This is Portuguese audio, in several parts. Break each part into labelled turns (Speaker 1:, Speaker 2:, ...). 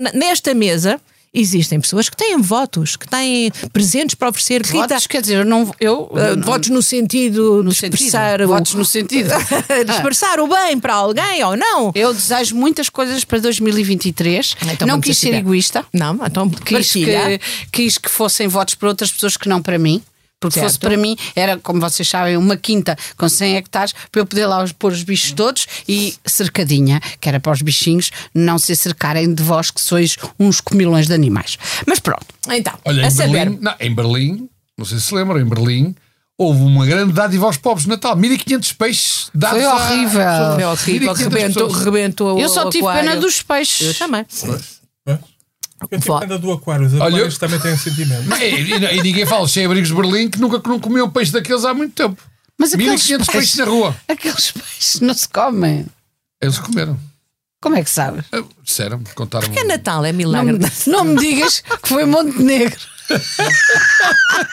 Speaker 1: n- nesta mesa existem pessoas que têm votos, que têm presentes para oferecer, que
Speaker 2: Votos, Tipo, quer dizer, eu não, eu
Speaker 1: dá- eh,
Speaker 2: não-
Speaker 1: votos no sentido
Speaker 2: no
Speaker 1: de expressar
Speaker 2: sentido. Ah.
Speaker 1: o,
Speaker 2: Votos no sentido.
Speaker 1: de expressar o bem para alguém ou não.
Speaker 2: Eu desejo muitas coisas para 2023.
Speaker 1: Então
Speaker 2: não
Speaker 1: vamos
Speaker 2: quis ser
Speaker 1: partilhar.
Speaker 2: egoísta.
Speaker 1: Não, então
Speaker 2: Quis
Speaker 1: partilha.
Speaker 2: que, quis que fossem votos para outras pessoas que não para mim. Porque se
Speaker 1: Certo.
Speaker 2: fosse para mim, era, como vocês sabem, uma quinta com 100 hectares para eu poder lá os- pôr os bichos todos e cercadinha, que era para os bichinhos não se cercarem de vós que sois uns comilões de animais. Mas pronto.
Speaker 1: Então,
Speaker 3: Olha,
Speaker 1: a
Speaker 3: em
Speaker 1: saber.
Speaker 3: Berlim, não, em Berlim, não sei se se lembram, em Berlim houve uma grande dádiva aos pobres de Natal. 1500 peixes dados
Speaker 2: Foi
Speaker 3: a-
Speaker 2: horrível.
Speaker 3: a-
Speaker 1: Meu horrível,
Speaker 3: 1500
Speaker 1: rebentou,
Speaker 3: pessoas.
Speaker 1: rebentou
Speaker 2: Ah, Eu
Speaker 1: o
Speaker 2: só tive
Speaker 1: aquário.
Speaker 2: pena dos
Speaker 1: Eu
Speaker 2: peixes.
Speaker 1: também.
Speaker 4: Eu
Speaker 1: Vó.
Speaker 4: tenho pena do aquário, os
Speaker 3: Olha,
Speaker 4: aquários
Speaker 3: eu-
Speaker 4: também têm sentimento.
Speaker 3: Mas, E, e- e ninguém fala, os sem-abrigos de Berlim que nunca que não comiam peixe daqueles há muito tempo.
Speaker 2: Mas aqueles
Speaker 3: 1500
Speaker 2: peixes,
Speaker 3: peixes na rua.
Speaker 2: aqueles peixes não se comem.
Speaker 3: Eles comeram.
Speaker 2: Como é que sabes?
Speaker 3: Ah, Disseram, contaram
Speaker 1: É Natal, é
Speaker 2: Não
Speaker 1: milagre.
Speaker 2: me, não me digas que foi Montenegro.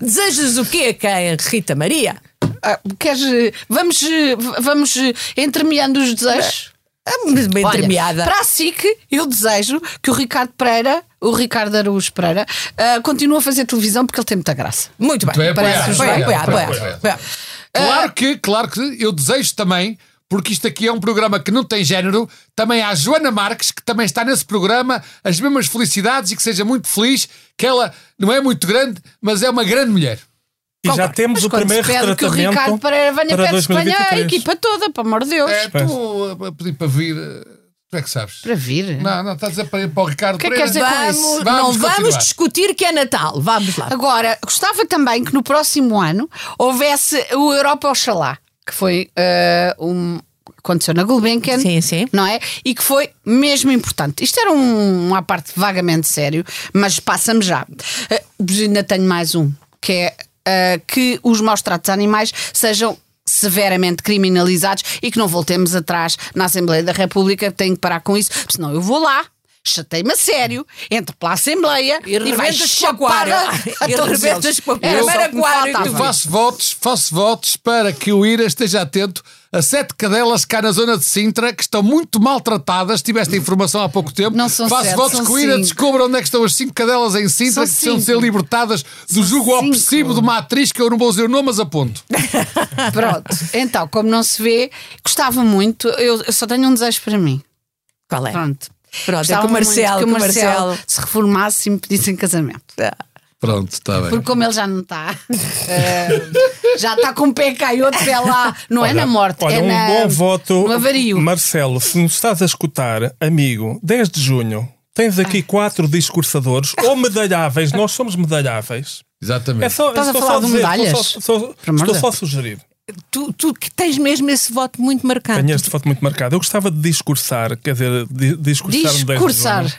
Speaker 1: Desejas o quê a quem, Rita Maria?
Speaker 2: Ah, queres, eh, vamos, eh, v- vamos eh, entremeando os desejos.
Speaker 1: É Bem
Speaker 2: Olha,
Speaker 1: tremeada.
Speaker 2: para a SIC, eu desejo que o Ricardo Pereira, o Ricardo Araújo Pereira, ah, continue a fazer televisão porque ele tem muita graça.
Speaker 1: Muito bem.
Speaker 3: Tu é apoiar,
Speaker 1: Parece-nos
Speaker 3: apoiar,
Speaker 1: bem.
Speaker 3: apoiar,
Speaker 1: Apoiar,
Speaker 3: apoiar.
Speaker 1: apoiar.
Speaker 3: É, Claro que, claro que eu desejo também, porque isto aqui é um programa que não tem género. Também há Joana Marques, que também está nesse programa, as mesmas felicidades e que seja muito feliz, que ela não é muito grande, mas é uma grande mulher.
Speaker 4: E já temos
Speaker 2: Mas
Speaker 4: o
Speaker 2: quando se
Speaker 4: primeiro
Speaker 2: pede que o
Speaker 4: retratamento
Speaker 2: Ricardo Pereira venha
Speaker 4: para
Speaker 2: para Espanha, a
Speaker 4: 2023.
Speaker 2: equipa toda, pelo amor de Deus.
Speaker 3: É, tu a- a pedir para vir, eh, tu é que sabes.
Speaker 2: Para vir.
Speaker 3: Não, não, estás a dizer para, para o Ricardo. O
Speaker 2: que é que queres dizer com
Speaker 1: Vamos,
Speaker 2: isso?
Speaker 1: não
Speaker 3: continuar.
Speaker 1: vamos discutir que é Natal. Vamos lá.
Speaker 2: Agora, gostava também que no próximo ano houvesse o Europa Oxalá, que foi ah, um. Aconteceu na Gulbenkian,
Speaker 1: Sim, sim.
Speaker 2: não é? E que foi mesmo importante. Isto era um, uma parte vagamente sério, mas passamos já. Ah, ainda tenho mais um, que é ah, que os maus tratos a animais sejam severamente criminalizados e que não voltemos atrás na Assembleia da República. Tenho que parar com isso, porque senão eu vou lá. Chatei-me a sério, entro pela Assembleia
Speaker 1: E
Speaker 2: vai
Speaker 1: rebentas com o aquário. E rebentas com o
Speaker 2: Era
Speaker 1: primeiro
Speaker 2: só que me
Speaker 1: aquário que
Speaker 2: faltava.
Speaker 3: Eu faço votos, faço votos para que o Ira esteja atento a sete cadelas cá na zona de Sintra que estão muito maltratadas. Tive esta informação há pouco tempo.
Speaker 2: Não são
Speaker 3: faço
Speaker 2: sete,
Speaker 3: votos
Speaker 2: são
Speaker 3: que o Ira
Speaker 2: cinco.
Speaker 3: descubra onde é que estão as cinco cadelas em
Speaker 2: São
Speaker 3: Sintra que precisam de ser
Speaker 2: cinco.
Speaker 3: libertadas do
Speaker 2: São
Speaker 3: jugo
Speaker 2: cinco.
Speaker 3: opressivo de uma atriz que eu não vou dizer o nome, mas aponto.
Speaker 2: Pronto, então, como não se vê, gostava muito. Eu, eu só tenho um desejo para mim.
Speaker 1: Qual é?
Speaker 2: Pronto.
Speaker 1: Pronto, é
Speaker 2: Gostava
Speaker 1: com o
Speaker 2: muito
Speaker 1: Marcelo.
Speaker 2: que o
Speaker 1: com o Marcelo. tá,
Speaker 2: Marcelo se reformasse e me pedisse em casamento.
Speaker 3: Pronto, está bem.
Speaker 2: Porque como ele já não está, eh, já está com um pé cá e outro pé lá. Não é na morte,
Speaker 4: Olha,
Speaker 2: é
Speaker 4: um
Speaker 2: na,
Speaker 4: bom voto.
Speaker 2: no avario.
Speaker 4: Marcelo, se nos estás a escutar, amigo, 10 de junho, tens aqui quatro discursadores ou medalháveis, nós somos medalháveis.
Speaker 3: Exatamente.
Speaker 4: É só,
Speaker 2: Estás a
Speaker 4: estou
Speaker 2: falar
Speaker 4: só
Speaker 2: de
Speaker 4: dizer,
Speaker 2: medalhas?
Speaker 4: Estou só, só-
Speaker 2: Por amor
Speaker 4: estou
Speaker 2: de
Speaker 4: só a sugerir.
Speaker 1: Tu, tu que tens mesmo esse voto muito marcante.
Speaker 4: Tenho este voto muito marcado. Eu gostava de discursar, quer dizer, di- discursar no 10 de
Speaker 2: Discursar.
Speaker 4: junho.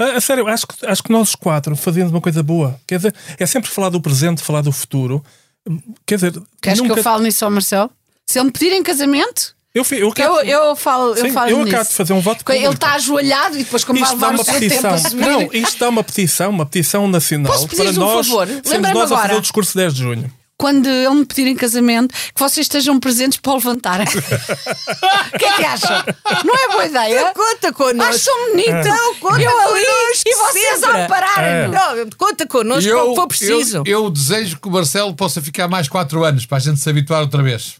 Speaker 4: A, a sério, acho que, acho que nós os quatro fazíamos uma coisa boa. Quer dizer, é sempre falar do presente, falar do futuro. Quer dizer,
Speaker 2: Queres
Speaker 4: nunca...
Speaker 2: que eu fale nisso ao Marcelo? Se ele me pedir em casamento,
Speaker 4: Eu, fi- eu quero-
Speaker 2: eu, eu falo, eu
Speaker 4: Sim,
Speaker 2: falo
Speaker 4: eu
Speaker 2: nisso.
Speaker 4: acabo de fazer um voto
Speaker 2: Ele
Speaker 4: público.
Speaker 2: está ajoelhado e depois, como vai
Speaker 4: Isto dá
Speaker 2: levar
Speaker 4: uma
Speaker 2: o seu tempo
Speaker 4: petição.
Speaker 2: a subir.
Speaker 4: Não, isto dá uma petição, uma petição nacional
Speaker 2: Posso
Speaker 4: para
Speaker 2: pedir-lhe um
Speaker 4: nós.
Speaker 2: favor?
Speaker 4: sermos
Speaker 2: Lembrei-me
Speaker 4: nós a fazer
Speaker 2: agora.
Speaker 4: o discurso 10 de junho.
Speaker 2: quando ele me pedir em casamento, que vocês estejam presentes para o levantarem. O que é que acham? Não é boa ideia?
Speaker 1: Conta
Speaker 2: Acho
Speaker 1: connosco.
Speaker 2: tão bonito.
Speaker 1: Então, conta
Speaker 2: eu ali
Speaker 1: connosco
Speaker 2: e vocês
Speaker 1: sempre.
Speaker 2: a pararem.
Speaker 1: Não, conta connosco quando for preciso.
Speaker 3: eu, eu desejo que o Marcelo possa ficar mais quatro anos para a gente se habituar outra vez.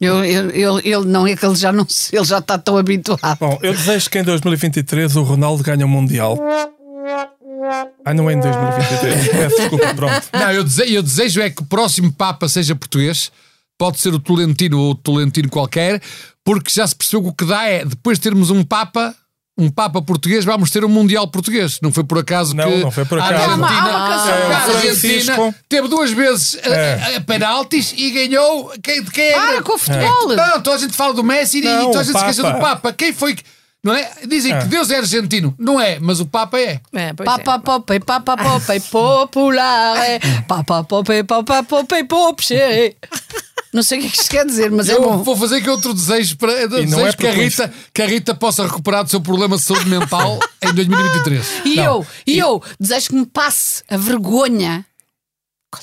Speaker 2: Eu, eu, eu- ele não é que ele já não se- ele já está tão habituado.
Speaker 4: Bom, eu desejo que em 2023 o Ronaldo ganhe o Mundial. Ah, não é em 2023. Peço desculpa, pronto.
Speaker 3: Não, eu desejo, eu desejo é que o próximo Papa seja português. Pode ser o Tolentino ou o Tolentino qualquer, porque já se percebeu que o que dá é, depois de termos um Papa, um Papa português, vamos ter um Mundial português. Não foi por acaso
Speaker 4: Não,
Speaker 3: que
Speaker 4: não foi por
Speaker 3: a
Speaker 4: acaso.
Speaker 2: Há uma-
Speaker 3: Argentina,
Speaker 2: há uma canção.
Speaker 3: a Argentina
Speaker 4: Francisco.
Speaker 3: teve duas vezes a-
Speaker 4: É.
Speaker 3: a, penaltis e ganhou quem, de quem é
Speaker 2: Para
Speaker 3: grande?
Speaker 2: com o futebol.
Speaker 3: Não, toda a gente fala do Messi e
Speaker 4: Não,
Speaker 3: toda a
Speaker 4: o
Speaker 3: gente se esquece do
Speaker 4: Papa.
Speaker 3: Papa. Quem foi que... Não é? Dizem que Deus é argentino. Não é, mas o Papa é.
Speaker 1: É, pois é.
Speaker 2: Papa popei, papa popei, populare. Papa popei, papa popei, popche. Não sei o que é que isto quer dizer, mas é
Speaker 3: Eu
Speaker 2: bom.
Speaker 3: vou fazer que outro desejo para eu
Speaker 4: não
Speaker 3: desejo
Speaker 4: é
Speaker 3: que, a
Speaker 4: porque isto-
Speaker 3: Rita, que a Rita possa recuperar do seu problema de saúde mental em 2023.
Speaker 2: E eu, e eu desejo que me passe a vergonha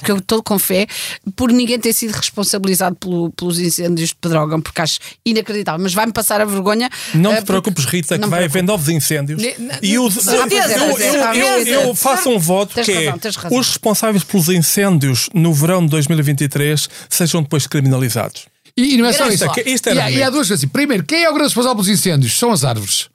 Speaker 2: que eu estou com fé, por ninguém ter sido responsabilizado pelo- pelos incêndios de Pedrógão, porque acho inacreditável. Mas vai-me passar a vergonha.
Speaker 4: Não
Speaker 2: eh,
Speaker 4: te preocupes,
Speaker 2: porque-
Speaker 4: Rita, que
Speaker 2: não me
Speaker 4: vai
Speaker 2: preocupo.
Speaker 4: haver novos incêndios.
Speaker 2: Ne- ne-
Speaker 4: E o-
Speaker 1: certeza,
Speaker 4: eu, eu-
Speaker 1: certeza,
Speaker 4: eu- eu
Speaker 1: certeza.
Speaker 4: faço um voto
Speaker 2: Tens
Speaker 4: que
Speaker 2: razão, tens
Speaker 4: é
Speaker 2: razão.
Speaker 4: os responsáveis pelos incêndios no verão de 2023 sejam depois criminalizados.
Speaker 3: E, e não é só
Speaker 4: Era
Speaker 3: isso.
Speaker 4: isto que- isto era
Speaker 3: e, há, e há duas coisas. Primeiro, quem é o grande responsável pelos incêndios? São as árvores.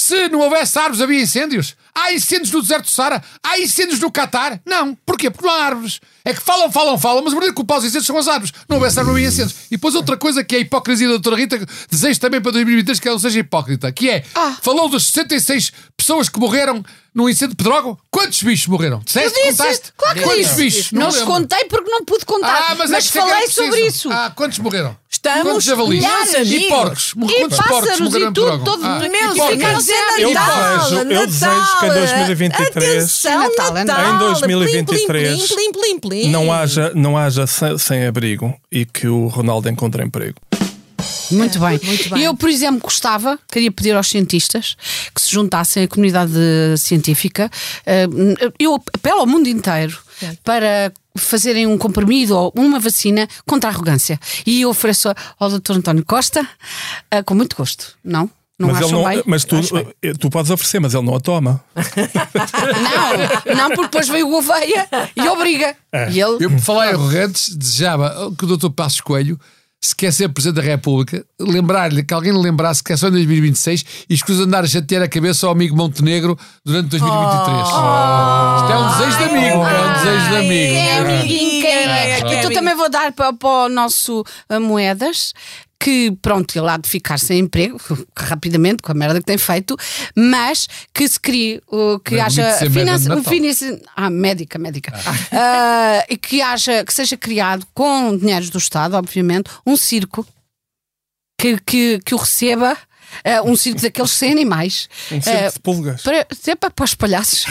Speaker 3: Se não houvesse árvores, havia incêndios. Há incêndios no deserto do Sara. Há incêndios no Catar. Não. Porquê? Porque não há árvores. É que falam, falam, falam, mas o verdadeiro culpado dos incêndios são as árvores. Não houvesse árvores, não havia incêndios. E depois outra coisa que é a hipocrisia da doutora Rita, que desejo também para 2023 que ela seja hipócrita, que é,
Speaker 2: Ah.
Speaker 3: falou das 66 pessoas que morreram num incêndio de Pedrógão. Quantos bichos morreram? Disseste?
Speaker 2: Disse,
Speaker 3: Contaste?
Speaker 2: claro que
Speaker 3: Quantos
Speaker 2: disse.
Speaker 3: bichos?
Speaker 2: Não,
Speaker 3: Não
Speaker 2: os
Speaker 3: lembro.
Speaker 2: contei porque não pude contar,
Speaker 3: Ah, mas, é
Speaker 2: mas
Speaker 3: que sei que era
Speaker 2: falei
Speaker 3: preciso.
Speaker 2: sobre isso.
Speaker 3: Ah, quantos morreram?
Speaker 1: Estamos
Speaker 3: quantos javalis?
Speaker 1: milhares,
Speaker 3: e
Speaker 1: amigos.
Speaker 3: porcos. Mor-
Speaker 2: E
Speaker 3: quantos
Speaker 2: pássaros
Speaker 3: porcos
Speaker 2: e
Speaker 3: morreram no
Speaker 2: tudo,
Speaker 3: Dragão?
Speaker 2: todo-
Speaker 3: Ah,
Speaker 1: Meu,
Speaker 3: e porcos.
Speaker 1: ficaram sem
Speaker 4: Eu
Speaker 1: Natal,
Speaker 4: desejo- eu
Speaker 1: Natal,
Speaker 4: desejo que em 2023
Speaker 1: atenção,
Speaker 2: Natal,
Speaker 1: Natal,
Speaker 2: é
Speaker 4: Natal. Em 2023
Speaker 1: 2023 plim, plim, plim, plim, plim.
Speaker 4: Não haja, não haja sem, sem abrigo e que o Ronaldo encontre emprego.
Speaker 2: Muito bem.
Speaker 1: É, muito bem.
Speaker 2: Eu, por exemplo, gostava, queria pedir aos cientistas que se juntassem à comunidade científica. eh, Eu apelo ao mundo inteiro para fazerem um comprimido ou uma vacina contra a arrogância. E eu ofereço ao Dr. António Costa eh, com muito gosto. Não? Não
Speaker 4: mas ele
Speaker 2: acham
Speaker 4: não,
Speaker 2: bem?
Speaker 4: mas tu, eh,
Speaker 2: Acho bem.
Speaker 4: tu podes oferecer, mas ele não a toma.
Speaker 2: Não, não, porque depois veio o Oveia e obriga.
Speaker 4: É.
Speaker 2: E ele...
Speaker 3: Eu, por falar em arrogantes, desejava que o Dr. Passos Coelho, se quer ser Presidente da República, lembrar-lhe que alguém lhe lembrasse que é só em 2026 e escusa andar a chatear a cabeça ao amigo Montenegro durante 2023. Isto é um desejo de amigo. É um desejo de amigo.
Speaker 1: Ai,
Speaker 2: É amiguinho, quem é?
Speaker 1: Quem é
Speaker 2: Então
Speaker 1: amiguinho?
Speaker 2: também vou dar para, para o nosso ah, Moedas, que pronto, ele há de ficar sem emprego, rapidamente, com a merda que tem feito, mas que se crie, uh, que
Speaker 3: Não é
Speaker 2: haja
Speaker 3: bonito ser merda de
Speaker 2: finança,
Speaker 3: Natal.
Speaker 2: finance- ah, médica, médica, Ah, e que haja, que seja criado com dinheiros do Estado, obviamente, um circo que, que, que o receba, ah, um circo daqueles sem animais.
Speaker 4: Um circo
Speaker 2: Ah,
Speaker 4: de pulgas.
Speaker 2: para, até para, para os palhaços.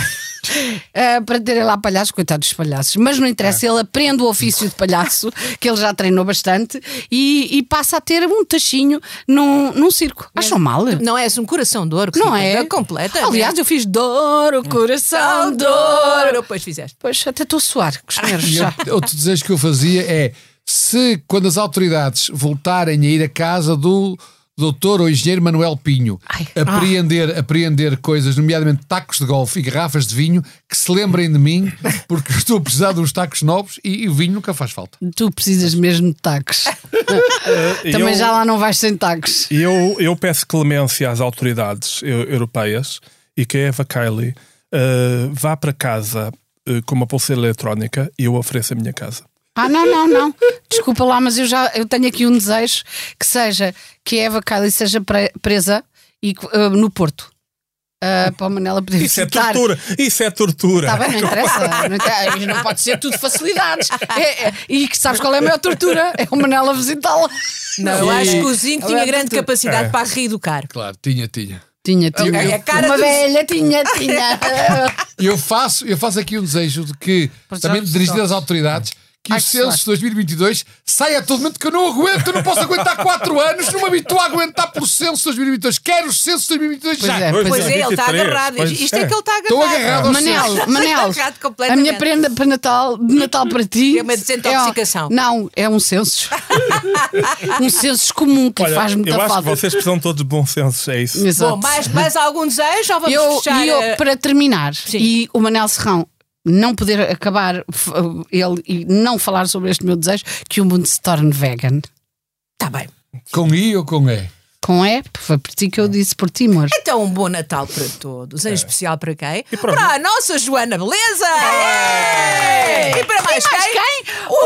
Speaker 2: Eh, para terem lá palhaços, coitados dos palhaços. Mas não interessa, ele aprende o ofício de palhaço, que ele já treinou bastante, e, e passa a ter um tachinho num, num circo. Acham mal?
Speaker 1: Não és um coração de ouro.
Speaker 2: Não é?
Speaker 1: Completa. né?
Speaker 2: Aliás, eu fiz dor, o coração, dor.
Speaker 1: Depois fizeste.
Speaker 2: Pois, até estou a suar, com os nervos
Speaker 3: E
Speaker 2: já.
Speaker 3: eu- outro desejo que eu fazia é se quando as autoridades voltarem a ir à casa do doutor ou engenheiro Manuel Pinho
Speaker 2: Ai.
Speaker 3: apreender, apreender coisas, nomeadamente tacos de golfe e garrafas de vinho, que se lembrem de mim, porque eu estou a precisar de uns tacos novos e, e o vinho nunca faz falta.
Speaker 2: Tu precisas mesmo de tacos. Também
Speaker 4: eu,
Speaker 2: já lá não vais sem tacos.
Speaker 4: eu, eu peço clemência às autoridades eu- europeias e que a Eva Kylie eh, vá para casa eh, com uma pulseira eletrónica e eu ofereço a minha casa.
Speaker 2: Ah, não, não, não. Desculpa lá, mas eu já eu tenho aqui um desejo que seja que a Eva Kylie seja pre- presa e, que, ah, no Porto. Ah, para a Manela poder
Speaker 4: Isso é
Speaker 2: visitar.
Speaker 4: tortura! Isso é tortura!
Speaker 1: Tá
Speaker 2: Está bem, não interessa. Não, inter- isto não pode ser tudo facilidades. É, é, e que sabes qual é a maior tortura? É o Manela visitá-la.
Speaker 1: Não, eu acho que o Zinho tinha
Speaker 2: Agora
Speaker 1: grande
Speaker 2: tudo.
Speaker 1: capacidade
Speaker 4: É.
Speaker 1: para reeducar.
Speaker 3: Claro, tinha, tinha.
Speaker 2: Tinha, tinha.
Speaker 1: É a cara
Speaker 2: Uma
Speaker 1: do-
Speaker 2: velha, tinha, tinha.
Speaker 3: E eu faço, eu faço aqui um desejo de que,
Speaker 2: Pois já
Speaker 3: também
Speaker 2: me
Speaker 3: dirigido
Speaker 2: toques.
Speaker 3: às autoridades, que
Speaker 2: Ai,
Speaker 3: o
Speaker 2: que
Speaker 3: censo de 2022 saia a todo momento que eu não aguento, eu não posso aguentar 4 anos, não me habituo a aguentar pelo censo de 2022. Quero o censo de 2022 já.
Speaker 2: Pois é.
Speaker 1: Pois é, ele está
Speaker 4: 23,
Speaker 1: agarrado.
Speaker 4: pois
Speaker 1: Isto é
Speaker 4: é.
Speaker 1: que ele está agarrado.
Speaker 3: Estou agarrado aos censos.
Speaker 2: Manel, Manel,
Speaker 1: Errado
Speaker 2: a minha
Speaker 1: completamente.
Speaker 2: prenda para Natal, de Natal para ti
Speaker 1: É uma desintoxicação.
Speaker 2: é um- não, é um censo. um censo comum que lhe
Speaker 4: Olha,
Speaker 2: faz muita
Speaker 4: eu acho
Speaker 2: falta.
Speaker 4: que vocês precisam todos de bom senso, é isso.
Speaker 2: Exato.
Speaker 1: Bom, mais, mais algum desejo? Já vamos
Speaker 2: eu,
Speaker 1: fechar.
Speaker 2: e eu,
Speaker 1: eh,
Speaker 2: para terminar,
Speaker 1: Sim.
Speaker 2: e o Manel Serrão não poder acabar f- ele e não falar sobre este meu desejo, que o mundo se torne vegan.
Speaker 1: Está bem.
Speaker 3: Com I ou com E?
Speaker 2: Com é, foi por ti que eu disse por ti, amor.
Speaker 1: Então, um bom Natal para todos, em especial para quem? Para a nossa Joana Beleza! É! E para mais, quem?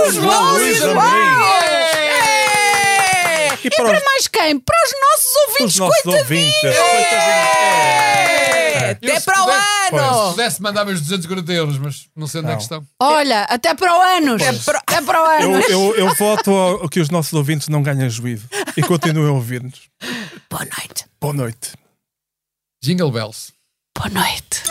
Speaker 1: Os bons
Speaker 4: Luís Amorim.
Speaker 1: irmãos! É!
Speaker 4: E para os,
Speaker 2: Mas quem? Para os nossos
Speaker 4: os
Speaker 2: ouvintes,
Speaker 4: nossos
Speaker 2: coitadinhos!
Speaker 4: ouvintes. coitadinhos.
Speaker 1: É! Até
Speaker 3: Eu, se
Speaker 1: para o
Speaker 3: puder-
Speaker 2: Oh.
Speaker 3: Se
Speaker 1: ano!
Speaker 3: pudesse mandar meus 240 euros, mas não sei onde é que
Speaker 4: Não.
Speaker 3: estão.
Speaker 2: Olha, até para o anos!
Speaker 1: É
Speaker 2: Até para, o
Speaker 4: Eu,
Speaker 2: anos!
Speaker 4: eu, eu voto ao- que os nossos ouvintes não ganhem juízo e continuem a ouvir-nos.
Speaker 1: Boa noite!
Speaker 4: Boa noite.
Speaker 3: Jingle Bells.
Speaker 2: Boa noite!